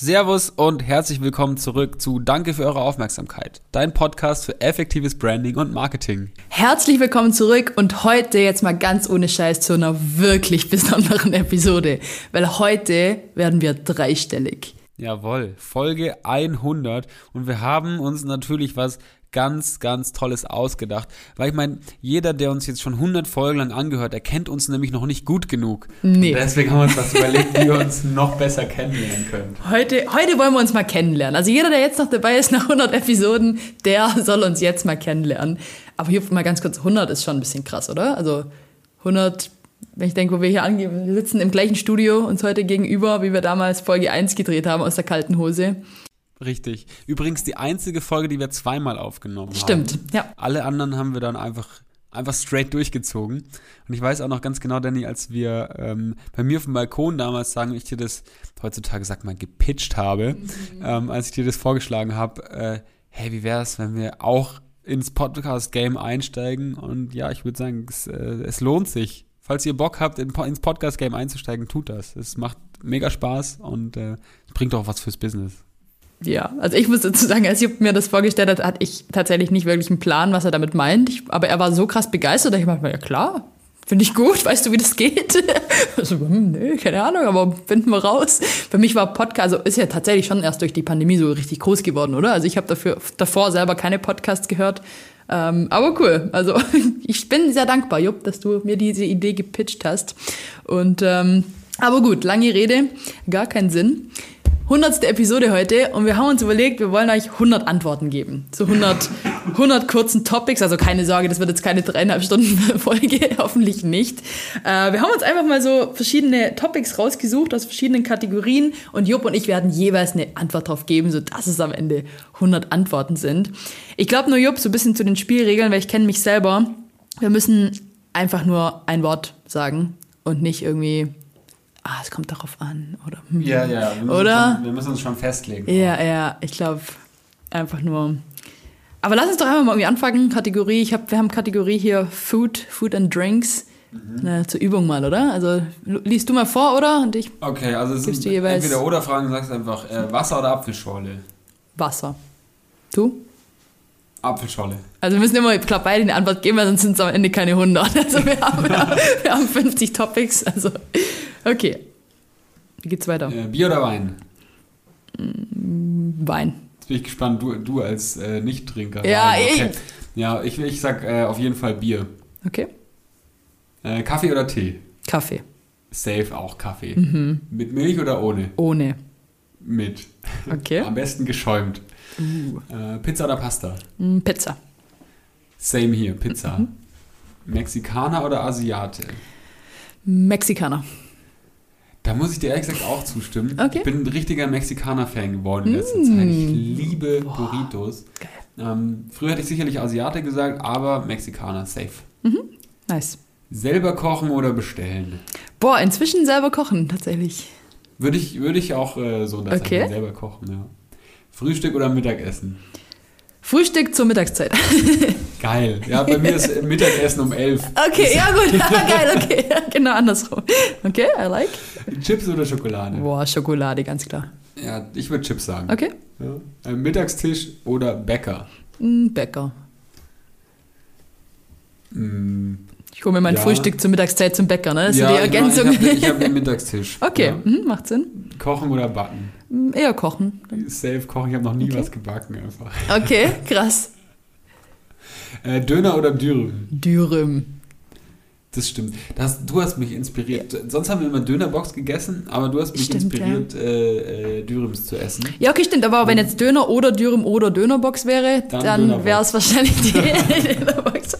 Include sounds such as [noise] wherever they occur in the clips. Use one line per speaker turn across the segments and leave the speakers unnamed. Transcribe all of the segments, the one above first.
Servus und herzlich willkommen zurück zu Danke für eure Aufmerksamkeit, dein Podcast für effektives Branding und Marketing.
Herzlich willkommen zurück und heute jetzt mal ganz ohne Scheiß zu einer wirklich besonderen Episode, weil heute werden wir dreistellig.
Jawohl, Folge 100 und wir haben uns natürlich was ganz, ganz Tolles ausgedacht. Weil ich meine, jeder, der uns jetzt schon 100 Folgen lang angehört, der kennt uns nämlich noch nicht gut genug.
Nee.
Und deswegen haben wir uns was überlegt, wie wir uns noch besser kennenlernen können.
Heute, heute wollen wir uns mal kennenlernen. Also jeder, der jetzt noch dabei ist nach 100 Episoden, der soll uns jetzt mal kennenlernen. Aber hier mal ganz kurz, 100 ist schon ein bisschen krass, oder? Also 100, wenn ich denke, wo wir hier angeben, wir sitzen im gleichen Studio uns heute gegenüber, wie wir damals Folge 1 gedreht haben aus der kalten Hose.
Richtig. Übrigens die einzige Folge, die wir zweimal aufgenommen haben.
Stimmt, ja.
Alle anderen haben wir dann einfach einfach straight durchgezogen. Und ich weiß auch noch ganz genau, Danny, als wir ähm, bei mir auf dem Balkon damals sagen, ich dir das heutzutage sag mal gepitcht habe,
Mhm.
ähm, als ich dir das vorgeschlagen habe, äh, hey, wie wäre es, wenn wir auch ins Podcast-Game einsteigen? Und ja, ich würde sagen, es, äh, es lohnt sich. Falls ihr Bock habt, in, Po- ins Podcast-Game einzusteigen, tut das. Es macht mega Spaß und äh, es bringt auch was fürs Business.
Ja, also ich muss dazu sagen, als ich mir das vorgestellt hat, hatte ich tatsächlich nicht wirklich einen Plan, was er damit meint. Ich, aber er war so krass begeistert, dass ich dachte, ja klar, finde ich gut, [laughs] weißt du, wie das geht? Also, hm, nee, keine Ahnung, aber finden wir raus. Für mich war Podcast, also ist ja tatsächlich schon erst durch die Pandemie so richtig groß geworden, oder? Also ich habe dafür davor selber keine Podcasts gehört. Ähm, aber cool, also [laughs] ich bin sehr dankbar, Jupp, dass du mir diese Idee gepitcht hast. Und ähm, aber gut, lange Rede, gar keinen Sinn. 100. Episode heute und wir haben uns überlegt, wir wollen euch 100 Antworten geben. Zu 100, 100 kurzen Topics. Also keine Sorge, das wird jetzt keine dreieinhalb Stunden [laughs] Folge, hoffentlich nicht. Äh, wir haben uns einfach mal so verschiedene Topics rausgesucht aus verschiedenen Kategorien und Jupp und ich werden jeweils eine Antwort drauf geben, sodass es am Ende 100 Antworten sind. Ich glaube nur Jupp, so ein bisschen zu den Spielregeln, weil ich kenne mich selber. Wir müssen einfach nur ein Wort sagen und nicht irgendwie, ah, es kommt darauf an oder hm.
ja.
Oder?
wir müssen uns schon festlegen.
Ja, ja, ich glaube einfach nur. Aber lass uns doch einfach mal irgendwie anfangen. Kategorie, ich hab, wir haben Kategorie hier Food, Food and Drinks. Na, zur Übung mal, oder? Also lu- liest du mal vor, oder? Und ich
Okay, also es
Gibst
sind
du jeweils-
entweder oder Fragen, sagst einfach äh, Wasser oder Apfelschorle.
Wasser. Du?
Apfelschorle.
Also wir müssen immer, ich glaube, beide eine Antwort geben, weil sonst sind es am Ende keine 100. [laughs] Also wir haben, wir, haben, wir haben 50 Topics. Also, okay. Wie geht's weiter? Mm,
Äh, Bier oder Wein?
Wein.
Jetzt bin ich gespannt, du, du als äh, Nicht-Trinker.
Ja,
Nein,
ich-
Ja, ich, ich sag äh, auf jeden Fall Bier.
Okay.
Äh, Kaffee oder Tee?
Kaffee.
Safe auch Kaffee.
Mhm.
Mit Milch oder ohne?
Ohne.
Mit.
Okay.
Am besten geschäumt.
Uh.
Äh, Pizza oder Pasta?
Mm, Pizza.
Same hier, Pizza.
Mhm.
Mexikaner oder Asiate?
Mexikaner.
Da muss ich dir ehrlich gesagt auch zustimmen.
Okay. Mm.
Ich bin ein richtiger Mexikaner-Fan geworden in letzter Zeit. Ich liebe Burritos.
Geil.
Ähm, früher hätte ich sicherlich Asiate gesagt, aber Mexikaner, safe.
Nice.
Selber kochen oder bestellen?
Boah, inzwischen selber kochen, tatsächlich.
Würde ich, würde ich auch äh, so das
Okay.
selber kochen, ja. Frühstück oder Mittagessen?
Frühstück zur Mittagszeit.
Geil. Ja, bei mir
[laughs]
ist Mittagessen um 11.
Okay, ja
[laughs]
gut, [laughs] geil, okay. Genau andersrum. Okay, I like.
Chips oder Schokolade?
Boah, Schokolade, ganz klar.
Ja, ich würde Chips sagen.
Okay,
Ja. Äh, Mittagstisch oder Bäcker?
ein Bäcker.
Hm,
Ich hole mir mein
Ja.
Frühstück zur Mittagszeit zum Bäcker, ne? Das ist
ja, genau.
so die
ich mach-
Ergänzung.
Ich habe ich
[laughs]
hab den Mittagstisch.
okay,
Ja.
mhm, macht Sinn.
Kochen oder backen?
Mm, Eher kochen.
Safe kochen, ich habe noch nie
Okay.
was gebacken einfach.
Okay, krass.
Äh, Döner oder Dürüm?
Dürüm.
Das stimmt. Das, du hast mich inspiriert. Sonst haben wir immer Dönerbox gegessen, aber du hast mich
Stimmt,
inspiriert, äh, äh, Dürüms zu essen.
Ja, okay, stimmt. Aber wenn jetzt Döner oder Dürüm oder Dönerbox wäre,
Hm. Dann
dann
Dönerbox.
wäre es wahrscheinlich die [laughs] Dönerbox.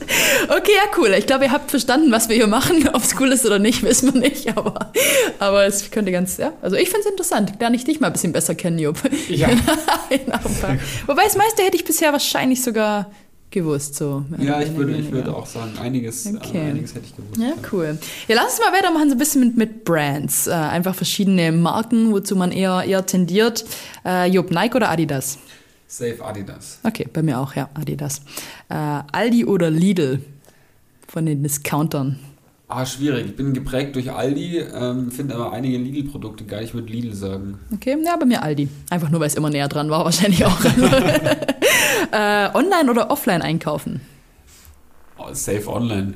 Okay, ja, cool. Ich glaube, ihr habt verstanden, was wir hier machen. [laughs] Ob es cool ist oder nicht, wissen wir nicht. Aber, aber es könnte ganz, ja. Also ich finde es interessant. Lerne ich dich mal ein bisschen besser kennen, Jupp. [laughs]
Ja.
Nein, aber, wobei das meiste hätte ich bisher wahrscheinlich sogar gewusst. So, mehr
Ja,
oder
ich würde, ich
weniger.
würde auch sagen, einiges, äh,
Okay.
einiges hätte ich gewusst.
Ja, cool. Ja, lass uns mal weitermachen, so ein bisschen mit, mit Brands. Äh, einfach verschiedene Marken, wozu man eher, eher tendiert. Äh, Jupp, Nike oder Adidas?
Safe Adidas.
Okay, bei mir auch, ja, Adidas. Äh, Aldi oder Lidl von den Discountern?
Ah, schwierig. Ich bin geprägt durch Aldi, ähm, finde aber einige Lidl-Produkte geil. Ich würde Lidl sagen.
Okay, ja, bei mir Aldi. Einfach nur, weil es immer näher dran war,
[laughs]
wahrscheinlich auch. äh, online oder offline einkaufen?
Oh, safe online.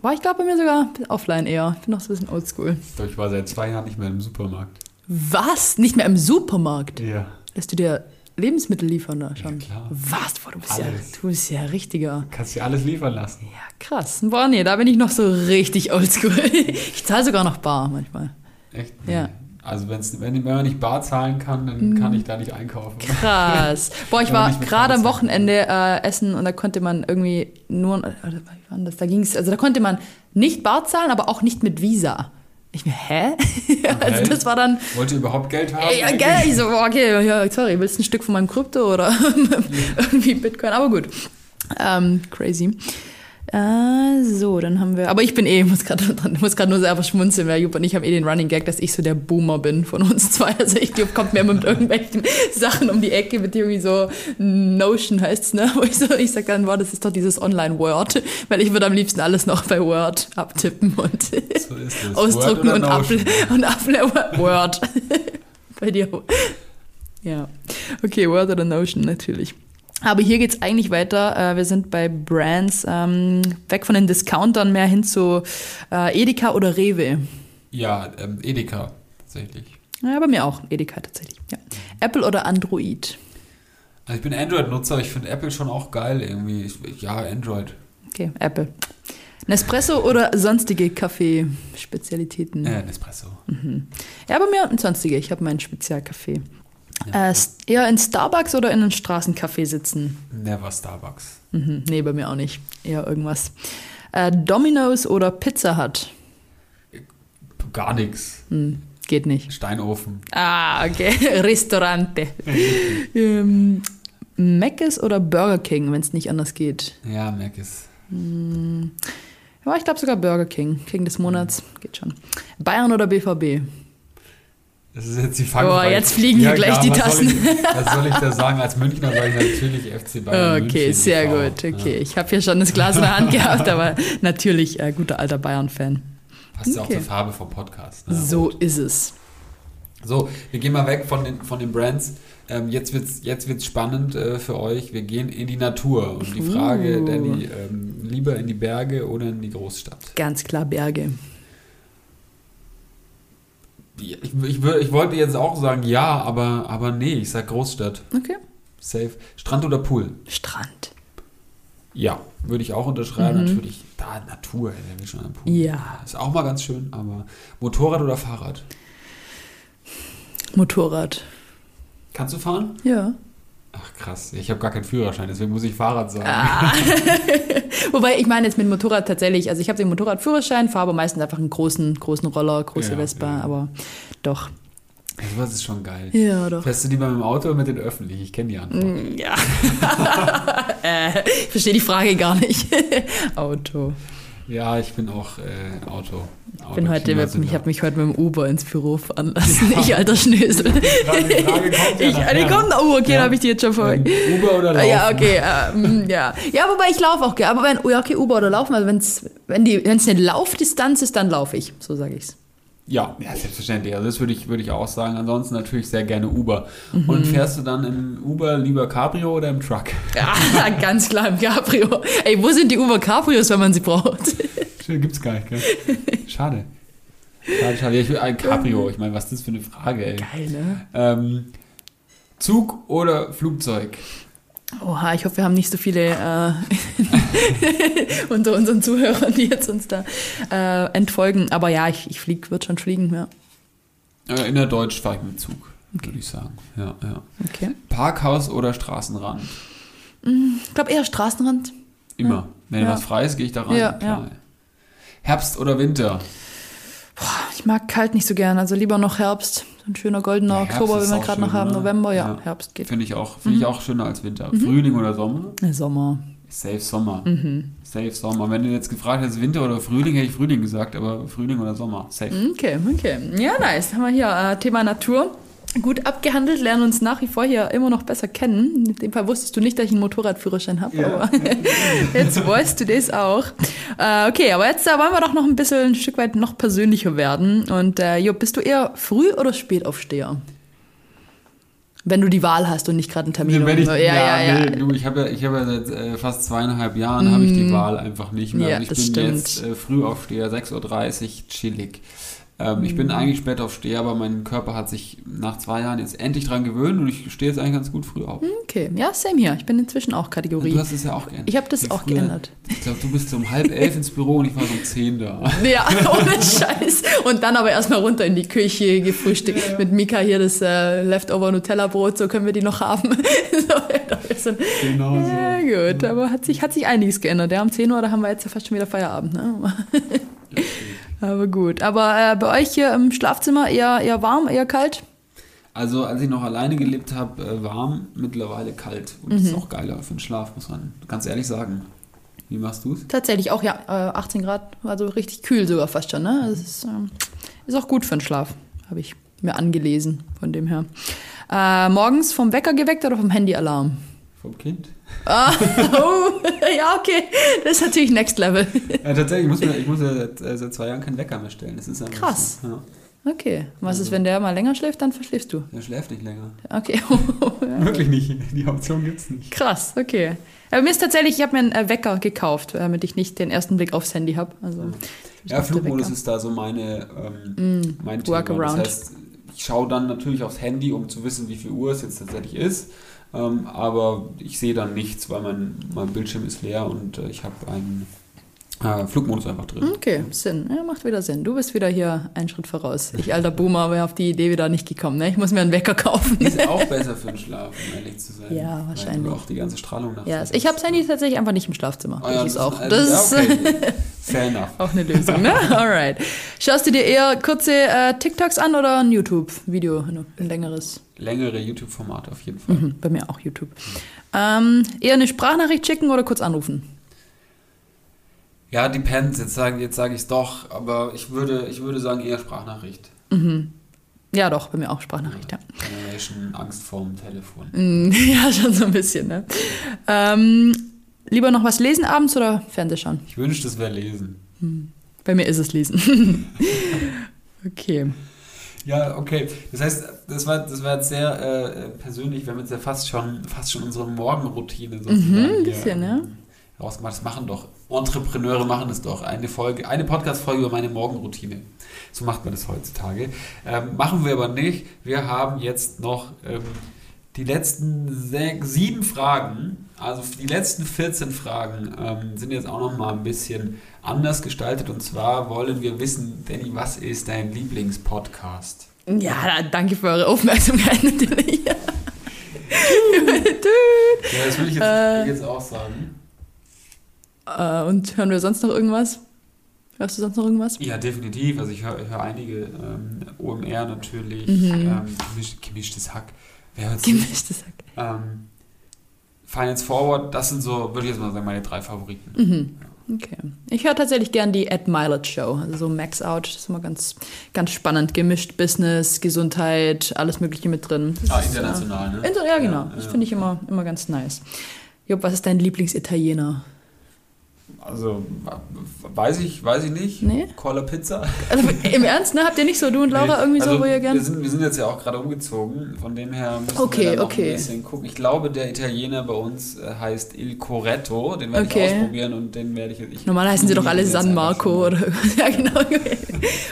War ich glaube bei mir sogar offline eher. Ich bin noch so ein bisschen oldschool.
Ich glaube, ich war seit zwei Jahren nicht mehr im Supermarkt.
Was? Nicht mehr im Supermarkt?
Ja.
Lässt du dir Lebensmittel liefern da schon?
Ja, klar.
Was? Boah, du bist ja,
Alles.
du bist ja richtiger.
Kannst dir alles liefern lassen.
Ja, krass. Boah, nee, da bin ich noch so richtig oldschool. [laughs] Ich zahle sogar noch bar manchmal.
Echt?
Ja. Mhm.
Also wenn's, wenn, wenn man nicht bar zahlen kann, dann kann ich da nicht einkaufen.
Krass. Boah, ich
Wenn man
war
nicht mit
gerade am
Bar zahlt.
Wochenende äh, essen und da konnte man irgendwie nur, oder wie war denn das? Da ging es, also da konnte man nicht bar zahlen, aber auch nicht mit Visa. Ich mir, hä? [laughs] Also das war dann,
Wollt ihr überhaupt Geld haben?
Ey, ja,
eigentlich?
gell? Ich so, boah, okay, ja, sorry, willst du ein Stück von meinem Krypto oder [laughs] irgendwie Bitcoin? Aber gut. Ähm, crazy. Äh, so, dann haben wir. Aber ich bin eh, muss gerade muss grad [laughs] nur selber schmunzeln, weil Jupp und ich haben eh den Running Gag, dass ich so der Boomer bin von uns zwei. Also ich Jupp kommt mir immer mit irgendwelchen [laughs] Sachen um die Ecke, mit irgendwie so Notion heißt ne? Wo ich so, ich sag dann, boah, das ist doch dieses Online-Word, weil ich würde am liebsten alles noch bei Word abtippen und
So ist es.
ausdrucken
Word
und
oder
Apple
Notion?
und Apple [laughs] Word. Bei dir. Ja. Okay, Word oder Notion natürlich. Aber hier geht's eigentlich weiter. Äh, Wir sind bei Brands ähm, weg von den Discountern mehr hin zu äh, Edeka oder Rewe.
Ja, ähm, Edeka tatsächlich.
Ja, bei mir auch Edeka tatsächlich. Ja. Apple oder Android.
Also ich bin Android-Nutzer, ich finde Apple schon auch geil irgendwie. Ich, ich- ja, Android.
Okay, Apple. Nespresso oder sonstige Kaffeespezialitäten.
Äh, Nespresso.
Mhm. Ja, aber mir und sonstige. Ich habe meinen Spezialkaffee. Äh, s- eher in Starbucks oder in einem Straßencafé sitzen?
Never Starbucks.
Mhm, nee, bei mir auch nicht. Eher irgendwas. Äh, Domino's oder Pizza Hut?
Gar nichts.
Hm, geht nicht.
Steinofen.
Ah, okay.
[laughs]
[laughs] Restaurante. ähm, Mc's oder Burger King, wenn es nicht anders geht?
Ja, merk es.
Aber ich glaube sogar Burger King. King des Monats. Geht schon. Bayern oder BVB?
Das ist jetzt die Frage.
Oh, jetzt fliegen hier gleich die
was soll
Tassen.
Ich, was soll ich da sagen? Als Münchner sage ich natürlich FC Bayern
[laughs] okay,
München, e
sehr
TV.
gut. Okay, ich habe hier schon das Glas in der Hand gehabt, aber natürlich äh, guter alter Bayern-Fan.
Ja, passt ja auch
Okay.
zur Farbe vom Podcast. Ne?
So ist es.
So, wir gehen mal weg von den, von den Brands. Ähm, jetzt wird es jetzt wird's spannend äh, für euch. Wir gehen in die Natur. Und die Frage,
Uh.
Danny, ähm, lieber in die Berge oder in die Großstadt?
Ganz klar Berge.
Ich, ich, wür- ich wollte jetzt auch sagen ja, aber, aber nee, ich sag Großstadt.
Okay.
Safe. Strand oder Pool?
Strand.
Ja, würde ich auch unterschreiben. Natürlich, da Natur, ey, wir schon am Pool.
Ja.
Ist auch mal ganz schön, aber Motorrad oder Fahrrad?
Motorrad.
Kannst du fahren?
Ja.
Ach krass, ich habe gar keinen Führerschein, deswegen muss ich Fahrrad sagen.
Ah. [laughs] Wobei, ich meine jetzt mit dem Motorrad tatsächlich, also ich habe den Motorradführerschein, fahre aber meistens einfach einen großen, großen Roller, große
Ja,
Vespa,
ja.
aber doch.
Also, was ist schon geil.
Ja, doch.
Fährst du lieber mit dem Auto oder mit den Öffentlichen? Ich kenne die Antwort.
Ja. [laughs] äh, ich verstehe die Frage gar nicht. [laughs] Auto.
Ja, ich bin auch äh, Auto. Also Auto
Ich bin heute mit, ich habe mich heute mit dem Uber ins Büro fahren lassen.
Ja.
[laughs] Ich alter Schnösel.
Die Frage kommt ja
Ich,
nachher.
die kommt, oh, okay,
Ja.
dann habe ich die jetzt schon vorbei.
Ähm, Uber oder Laufen?
[laughs] Ja, okay, äh, mm, ja. Ja, wobei ich laufe auch gerne. Aber wenn, oh ja, okay, Uber oder Laufen, also wenn's, wenn die, wenn's eine Laufdistanz ist, dann laufe ich. So sage ich's.
Ja, ja selbstverständlich. Also das würde ich, würde ich auch sagen. Ansonsten natürlich sehr gerne Uber.
Mhm.
Und fährst du dann im Uber lieber Cabrio oder im Truck? [laughs]
Ja, [laughs] ganz klar im Cabrio. Ey, wo sind die Uber Cabrios, wenn man sie braucht?
Schön, gibt's gar nicht, gell?
[laughs]
Schade. Schade, schade. Ja, ich will ein Cabrio. Ich meine, was ist das für eine Frage, ey?
Geil, ne?
Ähm, Zug oder Flugzeug?
Oha, ich hoffe, wir haben nicht so viele äh, [laughs] unter unseren Zuhörern, die jetzt uns da äh, entfolgen. Aber ja, ich, ich flieg, wird schon fliegen, ja.
Äh, in der Deutsch fahre ich mit dem Zug, würde ich sagen. Ja, ja.
Okay.
Parkhaus oder Straßenrand?
Ich glaube eher Straßenrand.
Immer. Wenn
Ja.
was frei ist, gehe ich da rein.
Ja,
klar.
ja.
Herbst oder Winter?
Ich mag kalt nicht so gern, also lieber noch Herbst. So ein schöner goldener
Ja, Herbst
Oktober,
ist
wenn wir
auch
gerade noch
schön,
haben.
ne?
November, ja,
Ja.
Herbst geht. Mhm. Äh,
Finde ich, auch, find ich auch schöner als Winter. Frühling oder Sommer?
Sommer.
Safe Sommer.
Mhm.
Safe Sommer. Wenn du jetzt gefragt hättest, Winter oder Frühling, hätte ich Frühling
Mhm.
gesagt, aber Frühling oder Sommer. Safe.
Okay, okay. Ja, nice. Haben wir hier äh, Thema Natur. Gut abgehandelt, lernen uns nach wie vor hier immer noch besser kennen. In dem Fall wusstest du nicht, dass ich einen Motorradführerschein habe,
Ja.
aber [laughs] jetzt weißt du das auch. Äh, okay, aber jetzt äh, wollen wir doch noch ein bisschen ein Stück weit noch persönlicher werden. Und äh, Jupp, bist du eher Früh- oder Spätaufsteher? Wenn du die Wahl hast und nicht gerade einen Termin.
Wenn ich,
oder so. ja, ja, ja.
Nee, du, ich habe ja, ich hab ja seit äh, fast zweieinhalb Jahren habe ich die Wahl einfach nicht mehr.
Mhm. Ja,
und ich
das
bin
stimmt.
jetzt äh, früh aufsteher, 6.30 Uhr, chillig. Ähm, Ich
Mhm.
bin eigentlich spät aufsteher, aber mein Körper hat sich nach zwei Jahren jetzt endlich dran gewöhnt und ich stehe jetzt eigentlich ganz gut früh auf.
Okay, ja, same hier. Ich bin inzwischen auch Kategorie.
Du hast es ja auch geändert.
Ich hab das
Wie
auch geändert.
Ich glaube, du bist so um halb elf ins Büro und ich war so um zehn da.
[laughs] Ja, ohne Scheiß. Und dann aber erstmal runter in die Küche, gefrühstückt mit Mika hier das äh, Leftover Nutella Brot, so können wir die noch haben. [laughs] so, da ist dann-
Genau so.
ja, gut, aber hat sich, hat sich einiges geändert. Ja, um 10 Uhr, da haben wir jetzt ja fast schon wieder Feierabend. [laughs] Ne? aber gut. Aber äh, bei euch hier im Schlafzimmer eher, eher warm, eher kalt?
Also, als ich noch alleine gelebt habe, äh, warm, mittlerweile kalt. Und
Mhm.
das ist auch geiler für den Schlaf, muss man ganz ehrlich sagen. Wie machst du es?
Tatsächlich auch, ja, äh, 18 Grad, also richtig kühl sogar fast schon. Ne? Das ist, ähm, ist auch gut für den Schlaf, habe ich mir angelesen von dem her. Äh, morgens vom Wecker geweckt oder vom Handyalarm?
Vom Kind?
Ah, oh, ja, okay. Das ist natürlich Next Level.
Ja, tatsächlich, ich muss, mir, ich muss ja seit, äh, seit zwei Jahren keinen Wecker mehr stellen. Das ist einfach
Krass.
So, ja.
Okay. Was ist, wenn der mal länger schläft, dann verschläfst du.
Der schläft nicht länger.
Okay. [laughs]
Wirklich nicht. Die Option gibt's nicht.
Krass, okay. Aber mir ist tatsächlich, ich habe mir einen äh, Wecker gekauft, damit ich nicht den ersten Blick aufs Handy habe. Also,
Ja, Flugmodus
Wecker. Mm,
ist da so meine, ähm, mein Thema.
Workaround.
Das heißt, ich schaue dann natürlich aufs Handy, um zu wissen, wie viel Uhr es jetzt tatsächlich ist. Ähm, aber ich sehe dann nichts, weil mein, mein Bildschirm ist leer und äh, ich habe einen äh, Flugmodus einfach drin.
Okay, Sinn. Ja, macht wieder Sinn. Du bist wieder hier einen Schritt voraus. Ich, alter Boomer, wäre auf die Idee wieder nicht gekommen. Ne? Ich muss mir einen Wecker kaufen.
Ist auch besser für den Schlaf, um ehrlich zu sein.
Ja,
Weil
wahrscheinlich.
du Auch die ganze Strahlung nach.
Ja, also ich habe das Handy tatsächlich einfach nicht im Schlafzimmer.
Ah,
das,
ja,
ist auch.
also,
Das ist
ja, okay. Fair enough.
[laughs] auch eine
[laughs]
Lösung, ne? Alright. Schaust du dir eher kurze äh, TikToks an oder ein YouTube-Video, ein ein längeres?
Längere YouTube-Formate auf jeden Fall.
Hm, bei mir auch YouTube. Ähm, eher eine Sprachnachricht schicken oder kurz anrufen?
Ja, depends. Jetzt sage jetzt sag ich es doch, aber ich würde, ich würde sagen eher Sprachnachricht.
Ja, doch, bei mir auch Sprachnachricht, ja.
Generation Angst vorm Telefon.
Hm, [laughs] ja, schon so ein bisschen, ne? Ähm, lieber noch was lesen abends oder Fernseh schauen?
Ich wünschte, es wäre lesen.
Bei mir ist es lesen. [laughs] okay.
Ja, okay. Das heißt, das war, das war jetzt sehr äh, persönlich. Wir haben jetzt ja fast schon, fast schon unsere Morgenroutine sozusagen
Mhm, ein
hier,
bisschen,
ähm, rausgemacht. Das machen doch Entrepreneure machen das doch. Eine Folge, eine Podcast-Folge über meine Morgenroutine. So macht man das heutzutage. Ähm, machen wir aber nicht. Wir haben jetzt noch ähm, die letzten sechs, sieben Fragen. Also die letzten 14 Fragen ähm, sind jetzt auch noch mal ein bisschen anders gestaltet. Und zwar wollen wir wissen, Danny, was ist dein Lieblingspodcast?
Ja, danke für eure Aufmerksamkeit [laughs] natürlich.
Ja, das will ich jetzt,
Äh.
jetzt auch sagen.
Äh, und hören wir sonst noch irgendwas? Hörst du sonst noch irgendwas?
Ja, definitiv. Also ich höre hör einige ähm, OMR natürlich,
Mhm.
ähm, gemisch, gemischtes Hack. Wer hört's nicht?
Gemischtes Sack.
Ähm, Finance Forward, das sind so, würde ich jetzt mal sagen, meine drei Favoriten.
Mhm. Okay. Ich höre tatsächlich gern die Ed Milet Show, also so Max Out. Das ist immer ganz, ganz spannend. Gemischt Business, Gesundheit, alles Mögliche mit drin. Das
Ah,
ist,
international,
äh,
ne?
inter ja, genau.
Ja,
das
ja.
finde ich immer, immer ganz nice. Job, was ist dein Lieblingsitaliener?
Also, w- weiß ich, weiß ich nicht.
Nee?
Caller Pizza.
Also im Ernst, ne? Habt ihr nicht so, du und Laura, irgendwie so,
also,
wo ihr
wir
gerne.
sind, wir sind jetzt ja auch gerade umgezogen, von dem her müssen
Okay,
wir dann noch
okay.
ein bisschen gucken. Ich glaube, der Italiener bei uns äh, heißt Il Coretto, den werde ich
Okay.
ausprobieren und den werde ich jetzt... Ich
Normal heißen sie doch alle
jetzt
San
einfach
Marco
schon mal.
oder [laughs] Ja, genau.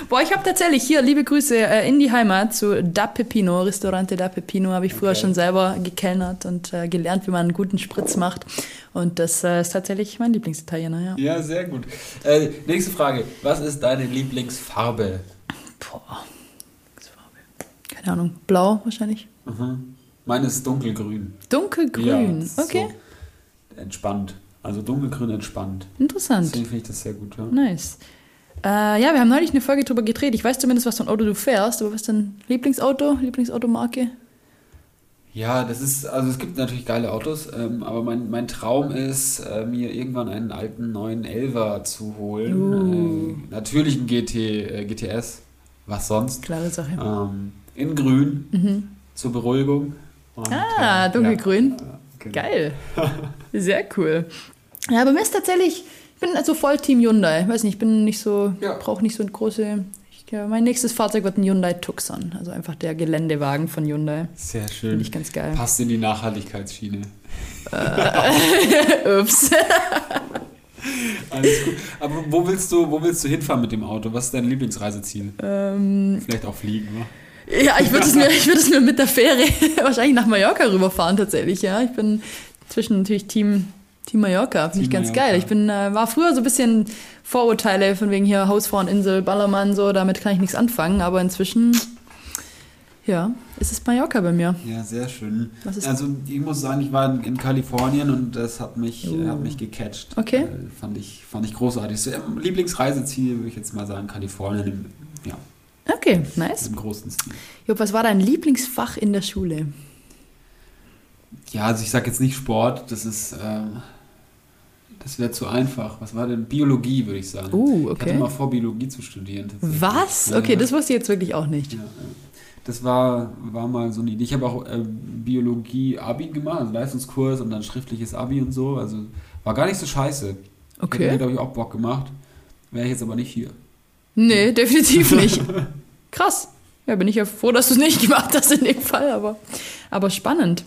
Boah, ich habe tatsächlich hier, liebe Grüße äh, in die Heimat zu Da Pepino, Restaurante Da Pepino, habe ich früher
Okay.
schon selber gekellnert und äh, gelernt, wie man einen guten Spritz macht. Und das äh, ist tatsächlich mein Lieblingsitaliener, ja.
Ja, sehr gut. Äh, nächste Frage. Was ist deine Lieblingsfarbe?
Boah. Keine Ahnung, blau wahrscheinlich.
Mhm. Meine ist dunkelgrün.
Dunkelgrün,
Ja,
okay.
So entspannt. Also dunkelgrün entspannt.
Interessant.
Deswegen finde ich das sehr gut. Ja.
Nice. Äh, ja, wir haben neulich eine Folge drüber gedreht. Ich weiß zumindest, was für ein Auto du fährst, aber was ist dein Lieblingsauto, Lieblingsautomarke?
ja, das ist, also es gibt natürlich geile Autos, ähm, aber mein, mein Traum ist, äh, mir irgendwann einen alten neuen Elver zu holen.
Uh.
äh, Ähm, natürlich ein GT, äh, GTS. Was sonst?
Klare Sache.
Ähm, in grün zur Beruhigung. Und,
Mhm. Ah,
äh,
dunkelgrün.
Ja, genau.
Geil. Sehr cool. Ja, aber mir ist tatsächlich, ich bin also voll Team Hyundai. Ich weiß nicht, ich bin nicht so,
Ja.
brauche nicht so ein große. Ich, ja, mein nächstes Fahrzeug wird ein Hyundai Tucson. Also einfach der Geländewagen von Hyundai.
Sehr
Finde
schön.
ich ganz geil.
Passt in die Nachhaltigkeitsschiene.
[laughs] Ups.
Alles gut. Aber wo willst du, wo willst du hinfahren mit dem Auto? Was ist dein Lieblingsreiseziel?
Ähm,
Vielleicht auch fliegen, ne?
ja, ich würde es mir, ich würde es mir mit der Fähre [laughs] wahrscheinlich nach Mallorca rüberfahren tatsächlich. Ja, ich bin zwischen natürlich Team Team Mallorca, finde ich
Team
ganz
Mallorca.
geil. Ich bin äh, war früher so ein bisschen Vorurteile von wegen hier Hausfraueninsel, Ballermann so, damit kann ich nichts anfangen, aber inzwischen ja, ist es Mallorca bei mir.
Ja, sehr schön.
Was ist-
Also ich muss sagen, ich war in, in Kalifornien und das hat mich, äh,
Uh.
hat mich gecatcht.
Okay.
Äh, fand, ich, fand ich großartig. So, ähm, Lieblingsreiseziel würde ich jetzt mal sagen, Kalifornien im, ja,
Okay, nice.
im großen Stil.
Jupp, was war dein Lieblingsfach in der Schule?
Ja, also ich sage jetzt nicht Sport, das ist, ähm, das wäre zu einfach. Was war denn? Biologie, würde ich sagen.
Uh,
Ich hatte
okay.
mal vor, Biologie zu studieren. tatsächlich.
Was?
Ja,
Okay,
ja.
das wusste ich jetzt wirklich auch nicht.
Ja, ja. das war, war mal so eine Idee. Ich habe auch äh, Biologie-Abi gemacht, also Leistungskurs und dann schriftliches Abi und so. Also war gar nicht so scheiße. Hätte mir,
Okay.
glaube ich, auch Bock gemacht. Wäre ich jetzt aber nicht hier. [laughs]
Nee, definitiv nicht. Krass. Ja, bin ich ja froh, dass du es nicht gemacht hast in dem Fall, aber, aber spannend.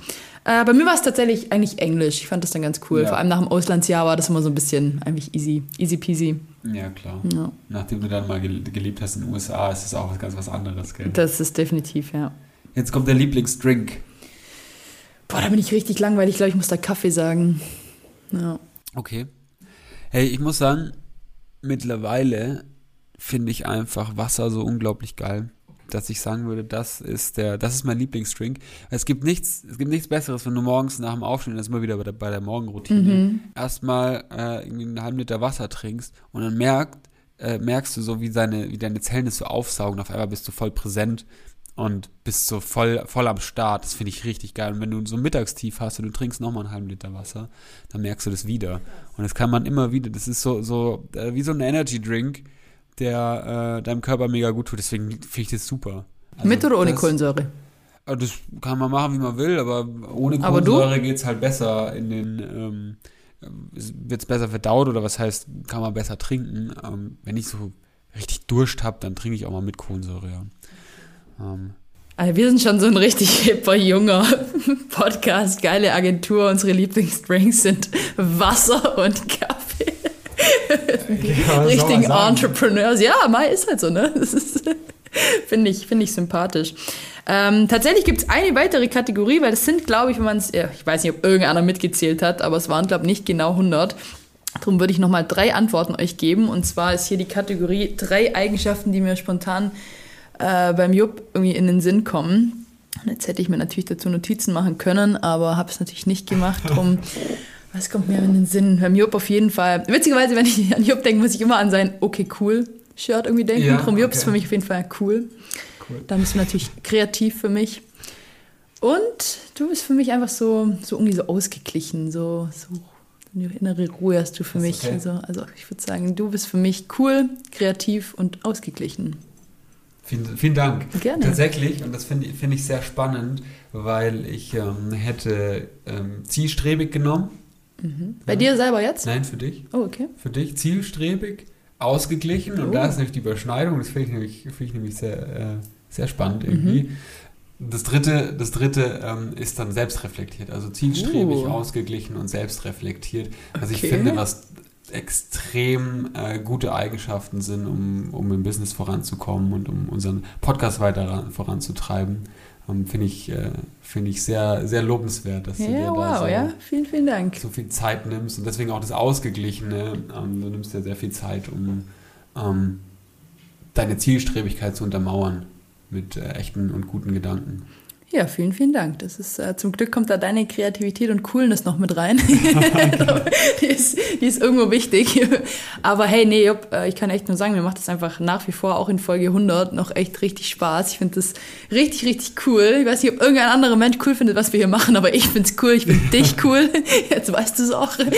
Äh, bei mir war es tatsächlich eigentlich Englisch. Ich fand das dann ganz cool.
Ja.
Vor allem nach dem Auslandsjahr war das immer so ein bisschen eigentlich easy, easy peasy.
Ja, klar.
Ja.
Nachdem du dann mal gel- gelebt hast in den USA, ist es auch was ganz was anderes, gell?
Das ist definitiv, ja.
Jetzt kommt der Lieblingsdrink.
Boah, da bin ich richtig langweilig. Ich glaube, ich muss da Kaffee sagen. Ja.
Okay. Hey, ich muss sagen, mittlerweile finde ich einfach Wasser so unglaublich geil, dass ich sagen würde, das ist der, das ist mein Lieblingsdrink. Es gibt nichts, es gibt nichts Besseres, wenn du morgens nach dem Aufstehen, das ist immer wieder bei der, bei der Morgenroutine, erstmal äh, irgendwie einen halben Liter Wasser trinkst und dann merkt, äh, merkst du so, wie deine, wie deine Zellen das so aufsaugen. Auf einmal bist du voll präsent und bist so voll, voll am Start. Das finde ich richtig geil. Und wenn du so ein Mittagstief hast und du trinkst nochmal einen halben Liter Wasser, dann merkst du das wieder. Und das kann man immer wieder. Das ist so, so äh, wie so ein Energy Drink, der äh, deinem Körper mega gut tut. Deswegen finde ich das super. Also
Mit oder ohne
das,
Kohlensäure?
äh, Das kann man machen, wie man will, aber ohne
Aber du?
Kohlensäure geht es halt besser in den. Ähm, wird es besser verdaut oder was heißt, kann man besser trinken. Ähm, wenn ich so richtig Durst habe, dann trinke ich auch mal mit Kohlensäure. Ja.
[laughs]
Ähm,
Also wir sind schon so ein richtig [laughs] hipper, junger Podcast. Geile Agentur. Unsere Lieblingsdrinks sind Wasser und Kaffee. richtigen Entrepreneurs. Ja, Mai ist halt so, ne? Das ist, [laughs] finde ich, finde ich sympathisch. Ähm, tatsächlich gibt es eine weitere Kategorie, weil das sind, glaube ich, wenn man es, ja, ich weiß nicht, ob irgendeiner mitgezählt hat, aber es waren, glaube ich, nicht genau 100. Darum würde ich nochmal drei Antworten euch geben. Und zwar ist hier die Kategorie drei Eigenschaften, die mir spontan äh, beim Jupp irgendwie in den Sinn kommen. Und jetzt hätte ich mir natürlich dazu Notizen machen können, aber habe es natürlich nicht gemacht.
[laughs]
Drum, was kommt mir in den Sinn? Beim Jupp auf jeden Fall. Witzigerweise, wenn ich an Jupp denke, muss ich immer an sein Okay, cool Shirt irgendwie denken.
Ja,
Drum Jupp
okay.
ist für mich auf jeden Fall cool.
Cool.
Dann bist du natürlich kreativ für mich. Und du bist für mich einfach so, so irgendwie so ausgeglichen, so, so eine innere Ruhe hast du für
Ist
mich.
okay.
Also, also ich würde sagen, du bist für mich cool, kreativ und ausgeglichen.
Vielen, vielen Dank.
Gerne.
Tatsächlich, und das finde ich- finde ich sehr spannend, weil ich ähm, hätte ähm, zielstrebig genommen.
Bei dir selber jetzt?
Nein, für dich.
Oh, okay.
Für dich zielstrebig, ausgeglichen. Und
Oh.
da ist nämlich die Überschneidung. Das finde ich nämlich, finde ich nämlich sehr, äh, sehr
Mhm.
spannend irgendwie. Das dritte, das dritte ähm, ist dann selbstreflektiert. Also zielstrebig,
Uh.
ausgeglichen und selbstreflektiert. Was ich
Okay.
finde, was extrem äh, gute Eigenschaften sind, um, um im Business voranzukommen und um unseren Podcast weiter ran, voranzutreiben. Ähm, finde ich, äh, finde ich sehr, sehr lobenswert, dass
Ja,
du dir da
wow,
so
ja. Vielen, vielen Dank.
so viel Zeit nimmst und deswegen auch das Ausgeglichene. Ähm, du nimmst ja sehr viel Zeit, um ähm, deine Zielstrebigkeit zu untermauern mit äh, echten und guten Gedanken.
Ja, vielen, vielen Dank. Das ist, äh, zum Glück kommt da deine Kreativität und Coolness noch mit rein. [laughs] Also, die, ist, die ist irgendwo wichtig. [laughs] Aber hey, nee, Jupp, äh, ich kann echt nur sagen, mir macht das einfach nach wie vor auch in Folge 100 noch echt richtig Spaß. Ich finde das richtig, richtig cool. Ich weiß nicht, ob irgendein anderer Mensch cool findet, was wir hier machen, aber ich find's cool. Ich find dich cool. [laughs] Jetzt weißt du es auch. Und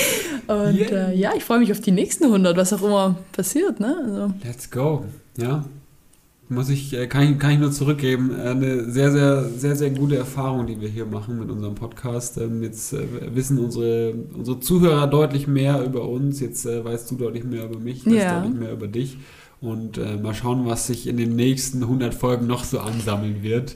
Yeah.
äh, ja, ich freue mich auf die nächsten 100, was auch immer passiert. Ne? Also,
Let's go. Ja. Muss ich, äh, kann ich, kann ich nur zurückgeben. Äh, Eine sehr, sehr, sehr, sehr gute Erfahrung, die wir hier machen mit unserem Podcast. Ähm, Jetzt äh, wissen unsere, unsere Zuhörer deutlich mehr über uns. Jetzt äh, weißt du deutlich mehr über mich, ich weiß
Ja.
deutlich mehr über dich. Und äh, mal schauen, was sich in den nächsten 100 Folgen noch so ansammeln wird.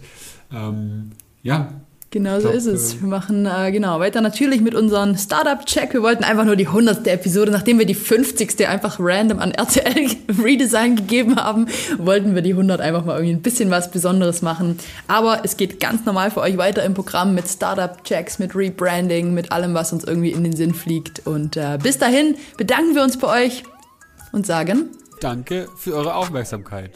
Ähm, ja,
Genau
Ich
so
glaub,
ist es.
äh,
Wir machen äh, genau weiter natürlich mit unserem Startup-Check. Wir wollten einfach nur die 100. Episode, nachdem wir die 50. einfach random an RTL [laughs] Redesign gegeben haben, wollten wir die 100 einfach mal irgendwie ein bisschen was Besonderes machen. Aber es geht ganz normal für euch weiter im Programm mit Startup-Checks, mit Rebranding, mit allem, was uns irgendwie in den Sinn fliegt. Und äh, bis dahin bedanken wir uns bei euch und sagen...
danke für eure Aufmerksamkeit.